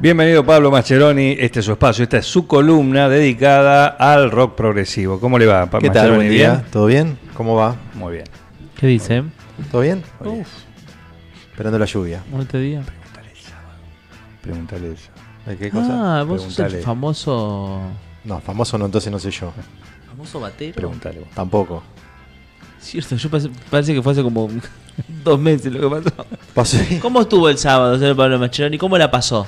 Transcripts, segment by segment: Bienvenido Pablo Mascheroni, este es su espacio, esta es su columna dedicada al rock progresivo. ¿Cómo le va, Pablo ¿Qué tal? Buen día. ¿Todo bien? ¿Cómo va? Muy bien. ¿Qué dicen? ¿Todo bien? Uh. Muy bien. Esperando la lluvia. Bonito día. Pregúntale el sábado. Pregúntale el sábado. ¿De ¿Qué cosa? Ah, vos sos Preguntale. el famoso. No, famoso no, entonces no sé yo. ¿Famoso batero? Pregúntale vos. Tampoco. Cierto, yo pasé- parece que fue hace como dos meses lo que pasó. Pasó. ¿Cómo estuvo el sábado, señor Pablo Mascheroni? ¿Cómo la pasó?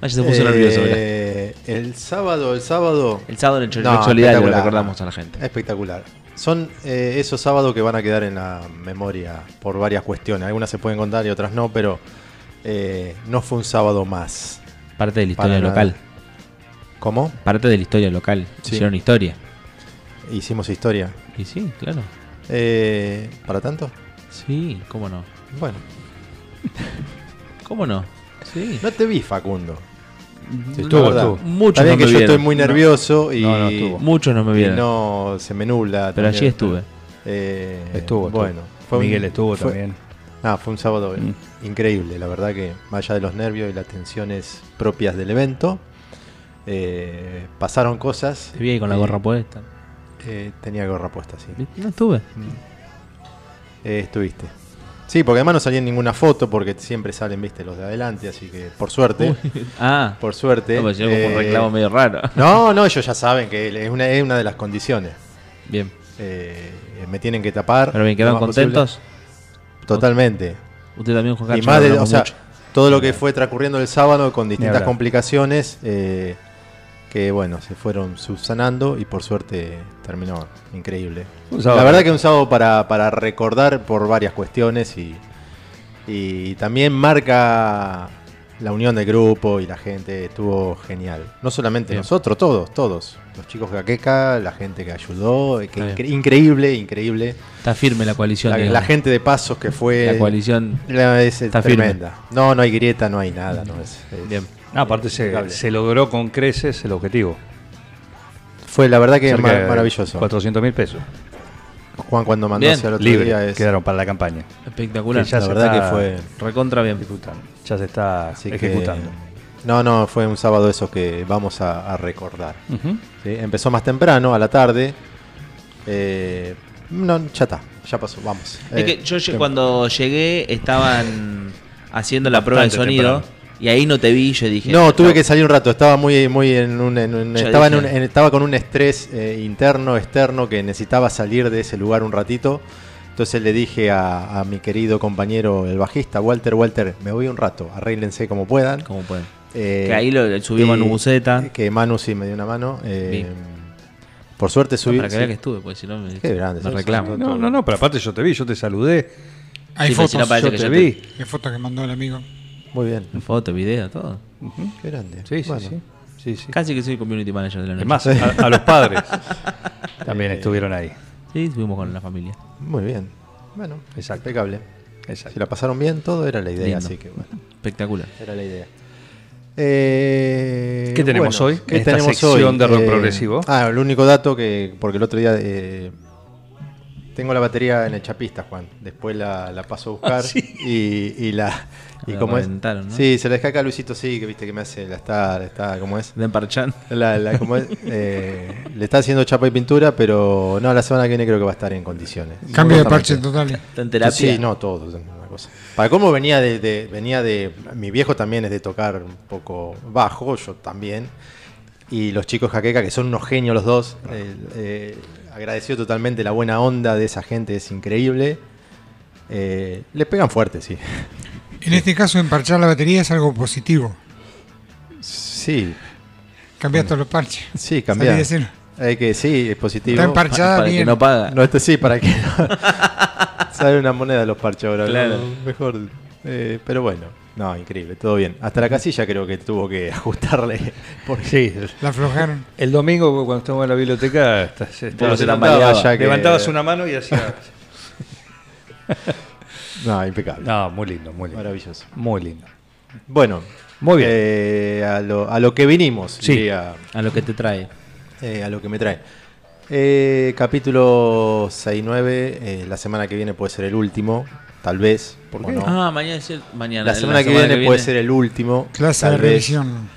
Vaya, se puso Eh, nervioso. ¿verdad? El sábado, el sábado. El sábado en el No, Choripán Solidario lo espectacular. recordamos a la gente. Espectacular. Son eh, esos sábados que van a quedar en la memoria por varias cuestiones. Algunas se pueden contar y otras no, pero eh, no fue un sábado más. Parte de la Para nada. historia local. ¿Cómo? Parte de la historia local. Sí. Hicieron historia. Hicimos historia. Y sí, claro. Eh, ¿Para tanto? Sí, cómo no. Bueno. ¿Cómo no? Sí. No te vi, Facundo. Sí, estuvo, La verdad. estuvo. Está Muchos bien no me que yo vieron. estoy muy nervioso y, No, no estuvo. Muchos no me y vieron. no se me nubla. pero allí también. estuve. Eh, Estuvo, estuvo. Bueno, fue un- Miguel estuvo fue- también. Ah, fue un sábado Mm. increíble, la verdad que más allá de los nervios y las tensiones propias del evento, eh, pasaron cosas. Te vi ahí con la Eh, gorra puesta. eh, tenía gorra puesta, sí. No estuve. Eh, estuviste. Sí, porque además no salía en ninguna foto porque siempre salen, viste, los de adelante, así que por suerte, Ah, por suerte. no, pues yo como un eh, reclamo medio raro. No, no, ellos ya saben que es una, es una de las condiciones. Bien. Eh, me tienen que tapar. Pero bien, lo quedaron más posible. contentos. Totalmente. Usted también, Juan Carlos. y más ya de, hablamos o sea, mucho. todo lo que fue transcurriendo el sábado con distintas hablar. complicaciones eh, que, bueno, se fueron subsanando y por suerte terminó increíble. Un sábado. La verdad que un sábado para, para recordar por varias cuestiones y, y también marca la unión del grupo y la gente estuvo genial. No solamente Bien. nosotros, todos, todos. Los chicos de Gaqueca, la gente que ayudó, eh, que Está incre- increíble, increíble. Está firme la coalición. La, la digamos. gente de Pasos que fue... La coalición. La- es eh, Está tremenda. No, no hay grieta, no hay nada. No es, es- Bien. No, Ah, aparte se, Impecable. se logró con creces el objetivo. Fue la verdad que Cerca mar- de maravilloso. 400 mil pesos. Juan cuando mandó Bien. hacia el otro día Libre. es- Quedaron para la campaña. Espectacular. Que ya la se verdad está- que fue Recontra bien. Ya se está así que- ejecutando. no, no, fue un sábado eso que vamos a, a recordar. Ujú. ¿sí? Empezó más temprano, a la tarde. Eh, no, ya está, ya pasó, vamos. Es que Eh, yo lle- bien. cuando llegué estaban haciendo la prueba de Bastante sonido y ahí no te vi. Yo dije. No, tuve que salir un rato, estaba muy, muy en un, en un- Ya estaba, en dije. un- en- estaba con un estrés eh, interno, externo, que necesitaba salir de ese lugar un ratito. Entonces le dije a, a mi querido compañero, el bajista, Walter, Walter, me voy un rato, arréglense como puedan. ¿Cómo pueden? Eh, que ahí lo, subimos y- en buceta. Que Manu sí me dio una mano. eh, Bien. por suerte subí. para que vea sí. que estuve, porque si no me, Qué grande, me sos- reclamo. No, no, no, pero aparte yo te vi, yo te saludé, Hay Sí, pero fotos. si no parece yo que te yo vi. Hay fotos que mandó el amigo. Muy bien. Foto, video, todo. Qué grande. Sí, sí, Bueno, sí. sí, sí. Casi que soy community manager de la noche. Es más, a, a los padres también estuvieron ahí. Sí, estuvimos con la familia. Muy bien. Bueno, Exacto. impecable. Si Exacto. la pasaron bien, todo era la idea, Lindo. así que bueno. Espectacular. Era la idea. Eh, ¿Qué tenemos hoy ¿Qué en esta tenemos sección hoy? de rock Eh, progresivo? Ah, el único dato que. Porque el otro día. eh, tengo la batería en el chapista, Juan. Después la, la Ah, paso a buscar. y, y la. Y La como es. reventaron, ¿no? Sí, se la dejé acá a Luisito, sí, que viste que me hace. La está. La está ¿Cómo es? De Parchan. La, la- como es, eh, le está haciendo chapa y pintura, pero no, la semana que viene creo que va a estar en condiciones. Cambio de Seguramente. parche total. Está en terapia. Sí, no, todo. una cosa. Para cómo venía de, de- venía de. Mi viejo también es de tocar un poco bajo, yo también. Y los chicos jaqueca, que son unos genios los dos. eh, eh, agradeció totalmente la buena onda de esa gente, es increíble. Eh, le pegan fuerte, sí. En este caso, emparchar la batería es algo positivo. Sí, Cambiar todos los parches. sí, cambiar. Salí de cero. Hay que sí, es positivo. Está emparchada para que bien. no paga. No, este sí, para que no. sale una moneda de los parches ahora. ¿no? Claro. Mejor. eh, pero bueno, No, increíble, todo bien. Hasta la casilla creo que tuvo que ajustarle. Porque Sí, el- La aflojaron. el domingo cuando estábamos en la biblioteca estás- estabas- se levantabas, tambaleaba. levantabas una mano y hacías... No, impecable. No, muy lindo, muy lindo. Maravilloso. Muy lindo. Bueno, Muy bien. eh, a, lo, a lo que vinimos, Sí. diría, A lo que te trae. eh, a lo que me trae. Eh, capítulo 6-9, eh, la semana que viene puede ser el último, tal vez. ¿Por qué? Ah, mañana es el- mañana. la, semana que viene puede ser el último. Clase tal de vez. revisión.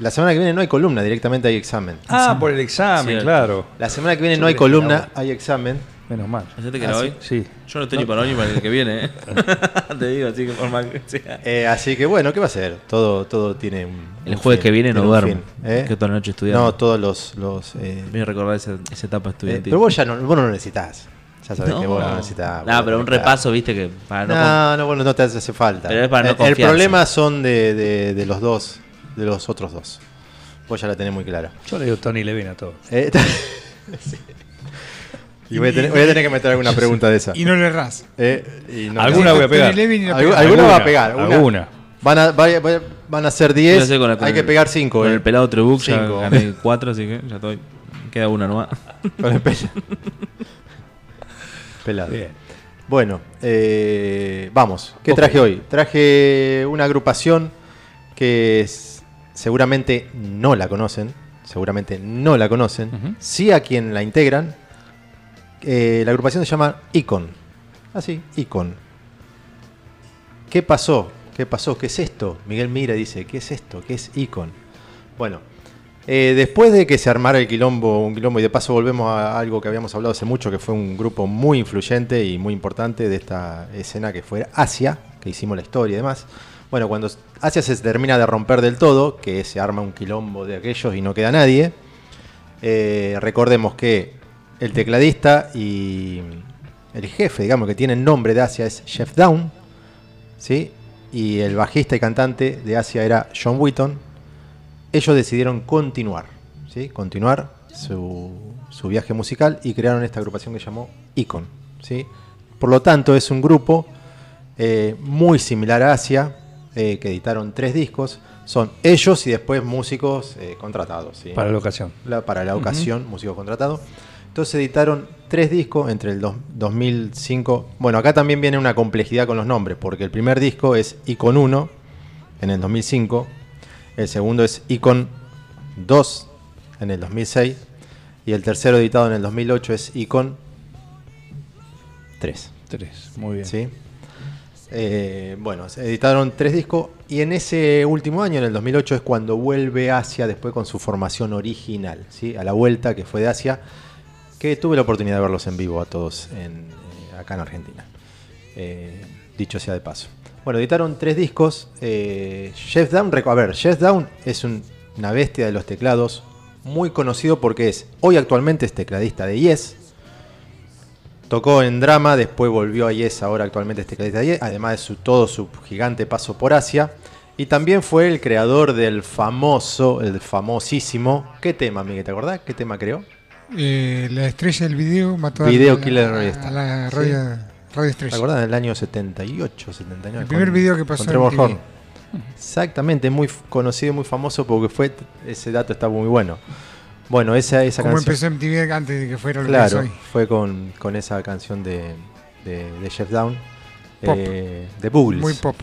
La semana que viene no hay columna, directamente hay examen. Ah, por el examen, Cierto. claro. La semana que viene no hay columna, hay examen. Menos mal. ¿Pensaste que Ah, era sí. Ah. hoy? Sí. Yo no estoy ni para hoy ni para el que viene, ¿eh? Te digo, así que por más que sea. Eh, así que bueno, ¿qué va a ser? Todo, todo tiene un. El un jueves fin, que viene tiene no un fin, duermo. ¿eh? Que toda la noche No, estudiamos. todos los. los eh, Voy a recordar esa, esa etapa eh, estudiantil. pero vos ya no, vos no lo necesitás. Ya sabés que vos no necesitás. No, pero un repaso, viste, que para no. No, no, bueno, no te hace falta. Pero es para no el, el confiarse. problema son de, de- de los dos, de los otros dos. Vos ya la tenés muy clara. Yo le digo Tony Levin a todo. Eh, sí. Y voy a, tener, voy a tener que meter alguna pregunta de esa. Y no le erras. Este Eh, y no- Alguna voy a pegar. Tony Levin y la Algu- pegó. alguna, va a pegar. alguna. alguna. Van a, vaya- vaya- van a ser Yo no 10. sé, con la- con Hay que el- pegar 5. Con el pelado Trebuch ya Cinco. gané cuatro, así que ya estoy. Queda una nomás. Con el pela- pelado. Bien. Bueno, eh, vamos. ¿Qué Ok. traje hoy? Traje una agrupación que es- seguramente no la conocen. Seguramente no la conocen. Sí a quien la integran. Eh, la agrupación se llama Icon. Así, Icon. ¿Qué pasó? ¿Qué pasó? ¿Qué es esto? Miguel Mira dice, ¿qué es esto? ¿Qué es Icon? Bueno, eh, después de que se armara el quilombo, un quilombo, y de paso volvemos a algo que habíamos hablado hace mucho, que fue un grupo muy influyente y muy importante de esta escena que fue Asia, que hicimos la historia y demás. Bueno, cuando Asia se termina de romper del todo, que se arma un quilombo de aquellos y no queda nadie, eh, recordemos que el tecladista y el jefe, digamos, que tiene el nombre de Asia es Jeff Down, ¿sí? Y el bajista y cantante de Asia era John Wheaton. Ellos decidieron continuar, ¿sí? Continuar su, su viaje musical y crearon esta agrupación que llamó Icon, ¿sí? Por lo tanto, es un grupo eh, muy similar a Asia, eh, que editaron tres discos. Son ellos y después músicos eh, contratados, ¿sí? Para la ocasión. la- para la ocasión, músicos contratados. Entonces editaron tres discos entre el dos- 2005. Bueno, acá también viene una complejidad con los nombres, porque el primer disco es Icon 1 en el 2005, el segundo es Icon 2 en el 2006 y el tercero editado en el 2008 es Icon 3. Tres. Muy bien. ¿sí? Eh, bueno, se editaron tres discos y en ese último año, en el 2008, es cuando vuelve Asia después con su formación original, ¿sí? a la vuelta que fue de Asia, que tuve la oportunidad de verlos en vivo a todos en, eh, acá en Argentina, Eh, dicho sea de paso. Bueno, editaron tres discos. eh, Jeff Down, reco- a ver, Jeff Down es un- una bestia de los teclados, muy conocido porque es, hoy actualmente es tecladista de Yes, Tocó en drama, después volvió a Yes, ahora actualmente este tecladista de Yes, además de su, todo su gigante paso por Asia. Y también fue el creador del famoso, el famosísimo. ¿Qué tema, Miguel? ¿Te acordás? ¿Qué tema creó? Eh, la estrella del video mató a Video la, Killer Radio a, Star. la Sí. radio, radio ¿Te estrella. acordás? Del año 78, 79. El primer con- video que pasó con en Trevor TV. Horn. Exactamente, muy f- conocido, muy famoso porque fue. Ese dato está muy bueno. Bueno, esa, esa Como canción. empezó MTV antes de que fuera lo Claro, que es hoy. fue con, con esa canción de, de, de Jeff Down. Pop. eh, de Buggles. Muy pop.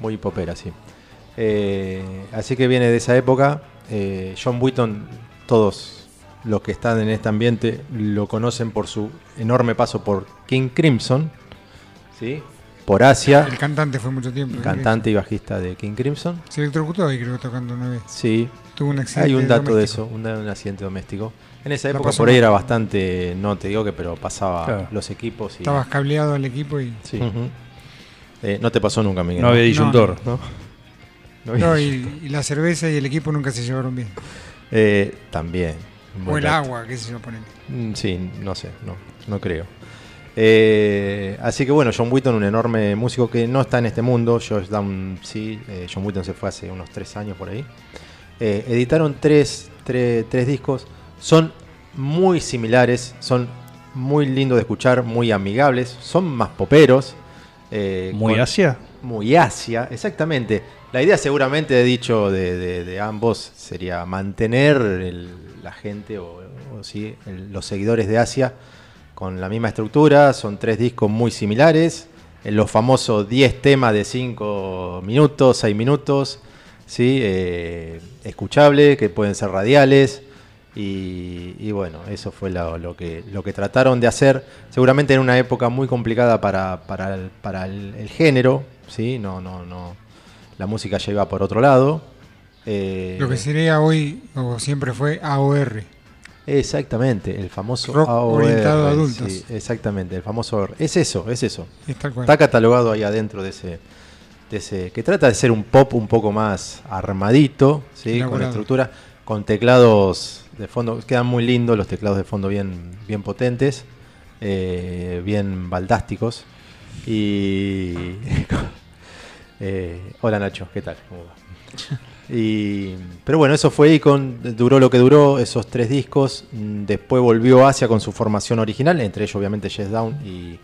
Muy popera, sí. Eh, así que viene de esa época. Eh, John Wheaton, todos los que están en este ambiente lo conocen por su enorme paso por King Crimson, ¿sí? por Asia, El cantante fue mucho tiempo. cantante y bajista de King Crimson. Se electrocutó ahí, creo, tocando una vez. Sí, Tuvo un accidente. hay un dato de doméstico. eso, un, un accidente doméstico. En esa La época pasó por ahí mal. era bastante, no te digo que, pero pasaba Claro. los equipos y... Estabas cableado al equipo y. Sí. Ujú. Eh, no te pasó nunca, Miguel. No había disyuntor. ¿No? No había- No, y, y la cerveza y el equipo nunca se llevaron bien. Eh, también. un O buen el dato. agua, qué sé yo, ponele. Mm, Sí, no sé, no, no creo. Eh, así que bueno, John Wheaton, un enorme músico que no está en este mundo. Josh Down, sí, eh, John Wheaton se fue hace unos tres años por ahí. Eh, editaron tres, tre- tres discos. Son muy similares, son muy lindos de escuchar, muy amigables, son más poperos. eh, ¿Muy con- Asia? muy Asia, exactamente. La idea seguramente, de dicho, de, de- de ambos sería mantener el- la gente o, o sí, el- los seguidores de Asia con la misma estructura, son tres discos muy similares, eh, los famosos 10 temas de 5 minutos, 6 minutos, ¿sí? Eh, escuchables, que pueden ser radiales, y, y bueno, eso fue lo, lo que, lo que trataron de hacer, seguramente en una época muy complicada para, para el, para el- el género, ¿sí? no, no, no, la música ya iba por otro lado. eh, Lo que sería hoy, o siempre fue AOR. Exactamente, el famoso Rock orientado a sí, adultos. exactamente, el famoso AOR. Es eso, es eso. Es tal cual. Está catalogado ahí adentro de ese, de ese. que trata de ser un pop un poco más armadito, ¿sí? con Elaborado. estructura, con teclados de fondo. Quedan muy lindos los teclados de fondo, bien, bien potentes, eh, bien baldásticos. Y. eh, hola Nacho, ¿qué tal? ¿Cómo va? Y- pero bueno, eso fue Icon, duró lo que duró, esos tres discos. Mm, Después volvió Asia con su formación original, entre ellos obviamente Jess Down y,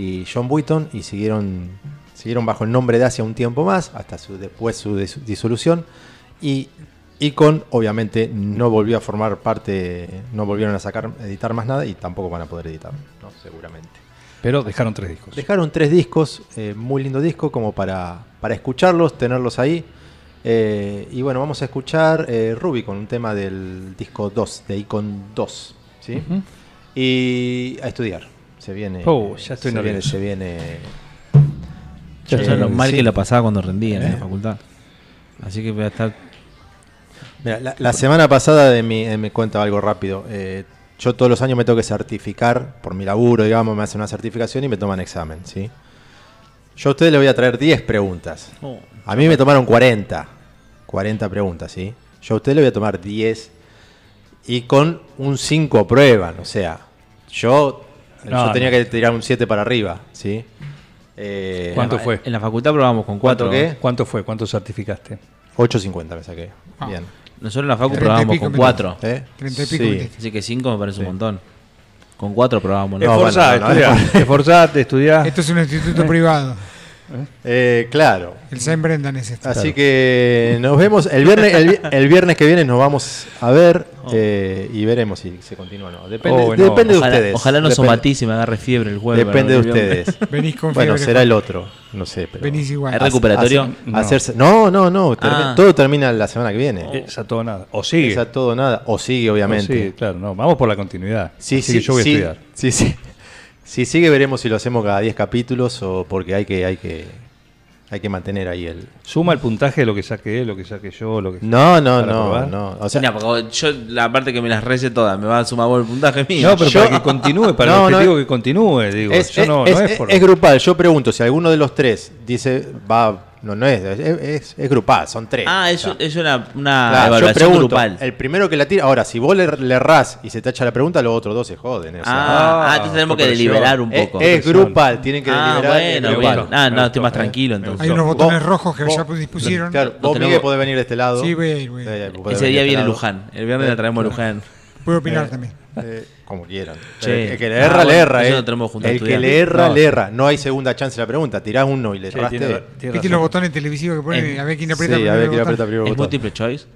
y John Wheaton, y siguieron, siguieron bajo el nombre de Asia un tiempo más, hasta su, después su dis- disolución. Y Icon obviamente no volvió a formar parte, no volvieron a sacar, editar más nada y tampoco van a poder editar, ¿no? seguramente. Pero dejaron tres discos. Dejaron tres discos, eh, muy lindo disco, como para, para escucharlos, tenerlos ahí. Eh, y bueno, vamos a escuchar eh, Ruby con un tema del disco 2, de Icon 2. ¿sí? Y a estudiar. Se viene. Oh, ya estoy se viene, nervioso. se viene. Yo sé lo Eh, mal sí. Eh. que la pasaba cuando rendía en la facultad. Así que voy a estar. Mira, la, la semana pasada de mi, eh, me cuento algo rápido. Eh, yo todos los años me tengo que certificar por mi laburo, digamos, me hacen una certificación y me toman examen, ¿sí? Yo a ustedes les voy a traer 10 preguntas. Oh, A mí me tomaron 40. 40 preguntas, ¿sí? Yo a usted le voy a tomar 10 y con un 5 aprueban, o sea, yo, No, Ah, yo tenía no. que tirar un 7 para arriba, ¿sí? Eh, ¿Cuánto en la- fue? En la facultad probamos con ¿Cuánto cuatro. qué? ¿Cuánto fue? ¿Cuánto certificaste? 8.50 me saqué. Ah. Bien. Nosotros en la facu Treinta y probábamos pico con minutos. cuatro. ¿Eh? Treinta y pico Sí. metiste. Así que cinco me parece un montón. Con cuatro probábamos. ¿no? No, bueno, Esforzate, no, no, estudiá. Esforzate, estudiá. Esto es un instituto privado. Eh, claro. El San Brendan es este. Así que nos vemos el viernes, el, vi- el viernes que viene nos vamos a ver eh, y veremos si se continúa o no. Depende, Oh, no. depende de Ojalá- ustedes. Ojalá no Depende- somatice y me agarre fiebre el jueves. Depende de para volver. ustedes. Venís con Bueno, fiebre. será el otro. No sé, pero. Venís ¿Hay igual. recuperatorio? Hace- hacerse- no, no, no. termi- Ah. Todo termina la semana que viene. Es a Eh, todo nada. O sigue. Es a todo nada. O sigue, obviamente. Sí, claro, no. Vamos por la continuidad. Sí, Oh, Así sí, que yo voy sí, a estudiar. Sí, sí. Si sigue, veremos si lo hacemos cada 10 capítulos o porque hay que, hay que, hay que mantener ahí el. Suma el puntaje de lo que saqué él, lo que saqué yo, lo que No, no, ¿Para no, probar? no. O O sea, sea, Mira, porque yo la parte que me las rece todas, me va a sumar vos el puntaje mío. No, pero Yo- para que continúe, para No, el no, objetivo que continúe, digo. es, yo no, es- no es, es- por. es grupal. Yo pregunto si alguno de los tres dice va. No, no es. Es, es- es grupal, son tres. Ah, eso O sea, es una, una claro, yo Ah, evaluación pregunto, grupal. El primero que la tira. Ahora, si vos le, le errás y se tacha la pregunta, los otros dos se joden. o sea, ah, ah, ah, entonces tenemos qué que presión. deliberar un Eh, poco. Es, grupal, tienen que ah, deliberar. es bueno, grupal. bien. Ah, no, estoy más tranquilo Eh, entonces. Hay unos Vos- botones rojos que ya vos- dispusieron. Claro, Lo vos tenemos- Miguel podés venir de este lado. Sí, voy, voy. Eh, podés venir de Ese día este viene lado. Luján. El viernes la traemos a Luján. Puedo opinar también. Eh, como quieran. Che. Pero El que le Ah, erra, le bueno, erra, eso eh. lo tenemos junto a El que estudiar. le erra, No. le erra. No hay segunda chance la pregunta. Tirás uno y le Che, erraste. tiene- tiene ¿Viste los razón. botones televisivos que ponen? Eh, A ver quién Sí, aprieta a primero ver el quién botón. aprieta primero el ¿Es botón. múltiple choice?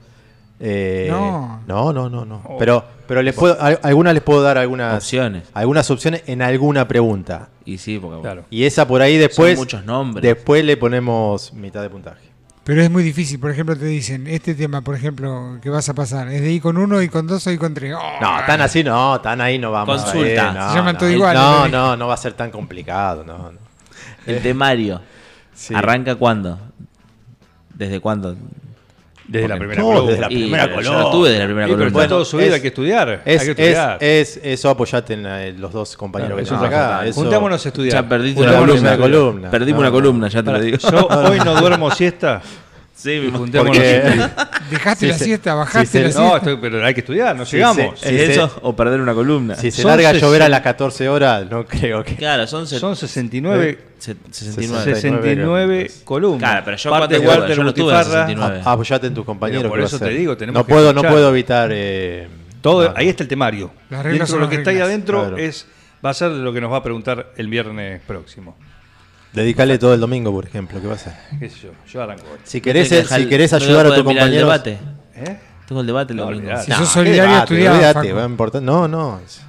Eh, No. no, no, no, Oh. no. Pero, pero les puedo, al- algunas les puedo dar algunas Opciones. algunas opciones en alguna pregunta. Y sí, porque. Claro. Y esa por ahí después. muchos nombres. Después le ponemos mitad de puntaje. Pero es muy difícil. Por ejemplo, te dicen, este tema, por ejemplo, que vas a pasar, ¿es de I con 1, I con 2 o I con 3? Ah. No, tan así no, tan ahí no vamos. Consulta. eh, no, Se llaman no. todos iguales, No, ¿no? no, no va a ser tan complicado, no. no. El temario. Sí. ¿Arranca cuándo? ¿Desde cuándo? Desde la Porque primera todo columna. desde la Y, primera pero Yo columna. no estuve desde la primera Sí, pero columna. está todo subido, es- hay que estudiar. Es, hay que es, estudiar. es- eso apoyate en eh, los dos compañeros Claro, que eso están es acá. total. eso- Juntémonos a estudiar. ya perdiste Una una columna, columna. columna. Perdimos No, una no. columna, ya te lo Pará, digo. Yo hoy no duermo siesta. Sí, me imagino. Juntémonos. Sí, Dejaste la se- siesta, sí, bajaste se- la no, No, siesta. estoy- pero hay que estudiar, no Sí, llegamos. sí. ¿Es eso o perder una columna? Si se Son larga a sesen- llover a las 14 horas, no creo que. Claro, son, se- Eh, Son 69, se- 69. 69 columnas. Claro, pero yo Parte cuánto de estuve, Walter yo no estuve en Butifarra. 69. A- Apoyate en tus compañeros. Pero por que va eso a te ser. digo, tenemos no que puedo, No escuchar. puedo evitar. eh, Todo, nada. Ahí está el temario. Las reglas Dentro son de lo las que está ahí reglas. adentro Claro. es, va a ser de lo que nos va a preguntar el viernes próximo. Dedícale todo el domingo, por ejemplo, ¿qué va a hacer? ¿Qué sé yo? Yo arranco hoy. Si querés, Tengo que dejar si el- querés no voy ayudar a poder tu mirar el compañero. debate. ¿Eh? Tengo el debate el No, domingo. olvidate. Si sos solidario, estudiá, Facu. No, no. es-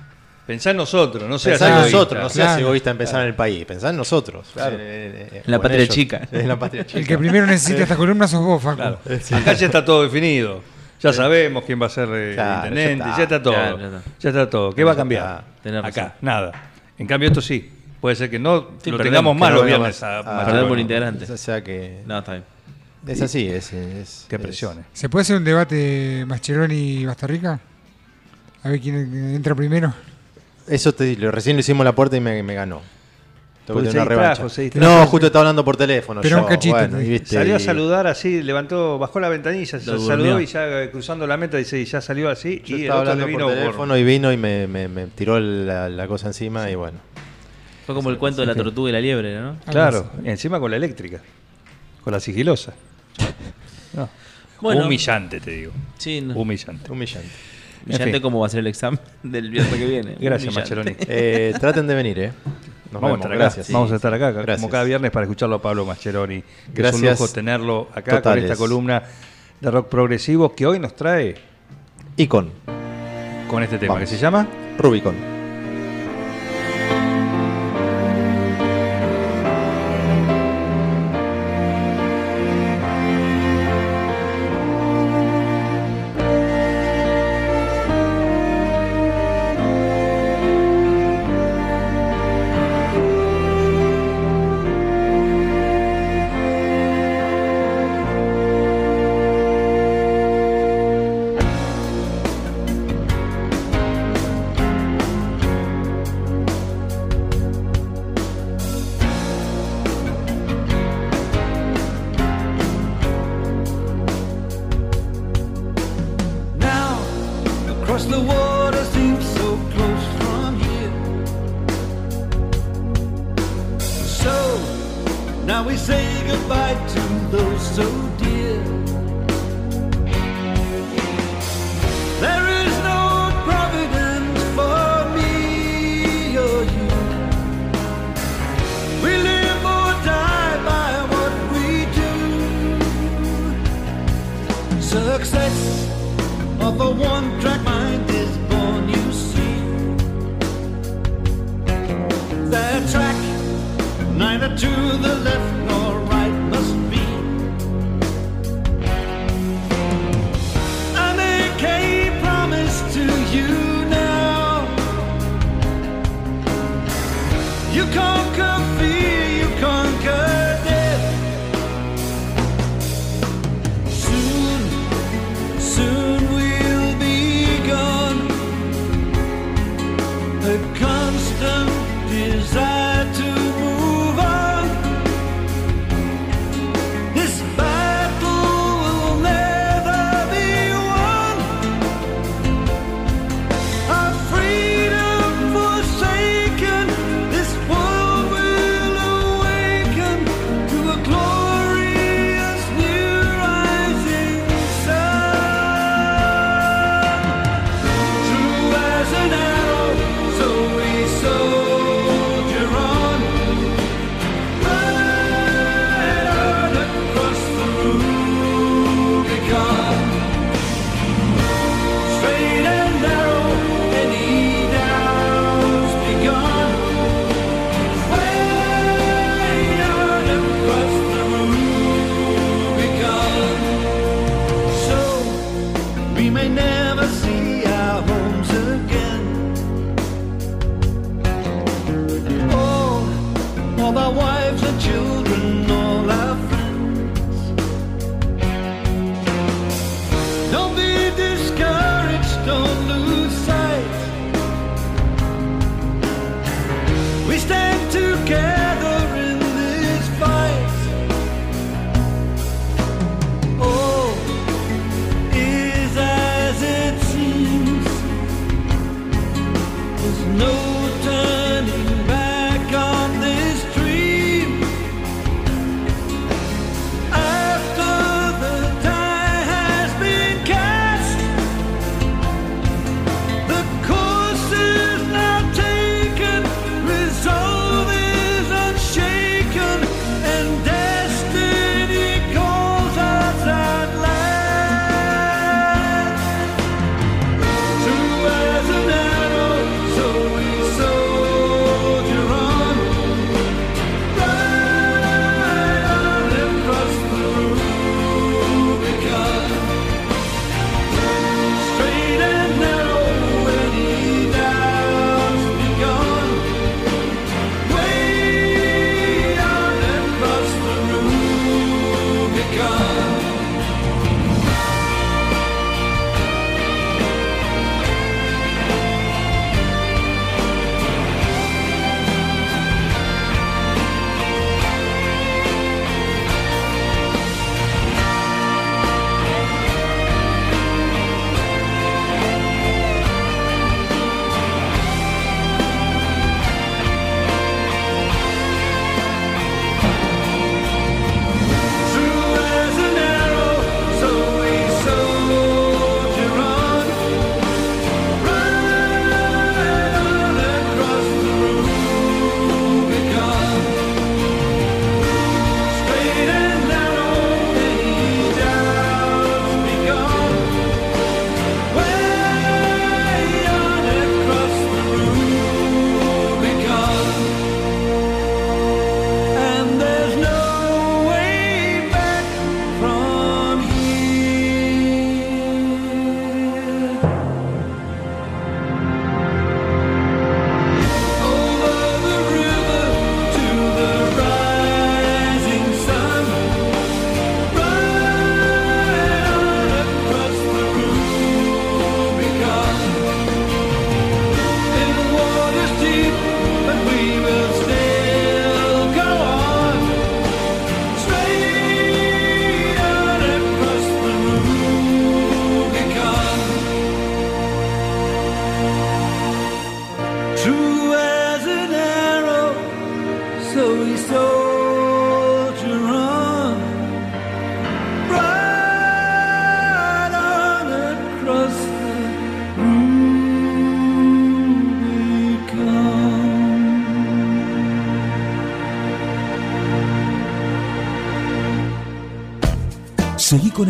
Pensá en nosotros, no seas Pensá en egoísta. nosotros, no seas Claro. egoísta en pensar en el país, pensá en nosotros. En, la patria chica. En la patria chica. El que primero necesita estas columnas sos vos, Facu. Claro. Acá ya está todo definido. Ya sabemos quién va a ser eh, Claro, intendente, ya está. ya está, todo. Claro, ya ya, está. está. todo. ¿Qué va a cambiar? Tenés razón. Acá, nada. En cambio, esto sí. Puede ser que no Sí, lo perdemos, tengamos que más no los venga viernes. más. a- Ah, a- Perder por a- integrante. O sea que. No, está bien. Es así, es. es Que es- presiones. ¿Se puede hacer un debate Mascheroni y Bastarrica? A ver quién entra primero. Eso te, lo- recién lo hicimos la puerta y me, me ganó. Tengo Pues Porque que se tener una distrajo, revancha. se distrajo. No, justo estaba hablando por teléfono. Pero yo, un cachito, bueno, sí. y viste, Salió a y- saludar así, levantó, bajó la ventanilla, se Lo durmió. saludó y ya eh, cruzando la meta dice, y ya salió así. Yo y el estaba otro le hablando vino por por- teléfono y vino y me, me- me tiró la, la cosa encima y bueno. Fue como el cuento de la tortuga y la liebre, ¿no? Claro, y encima con la eléctrica, con la sigilosa. No. Bueno. Humillante, te digo. Sí, Uh, no. Humillante. Humillante. Humillante En fin. cómo va a ser el examen del viernes que viene. Gracias, Humillante. Macheloni. Eh, traten de venir, ¿eh? Nos vemos, vamos a estar acá, gracias. vamos a estar acá Gracias. como cada viernes para escucharlo a Pablo Mascheroni. Que Es un Gracias. lujo tenerlo acá con Totales. esta columna de rock progresivo que hoy nos trae Y con con este tema Vamos. que se llama Rubicon. Now, across the water seems so close from here. So, now we say goodbye to those so dear. There is no providence for me or you. We live or die by what we do. Success of a one-track mind is born, you see. Their track neither to the left nor right must be. An AK promise to you now. You conquer fear, you conquer death. Soon soon we'll be gone. The constant desire to move on. This battle will never be won. Our freedom forsaken, this world will awaken to a glorious new rising sun. True as an arrow, so we soldier on. Right on across the Rubicon. Straight and narrow, any doubt's begun. Way on across the Rubicon. So we may never see our homes again. All of our wives and children, all our friends. Don't be discouraged, don't lose sight. We stand together in this fight. Oh is as it seems. There's no turning back on this dream. After the die has been cast, the course is now taken. Resolve is unshaken. soldier on, right on across the Rubicon. Seguí con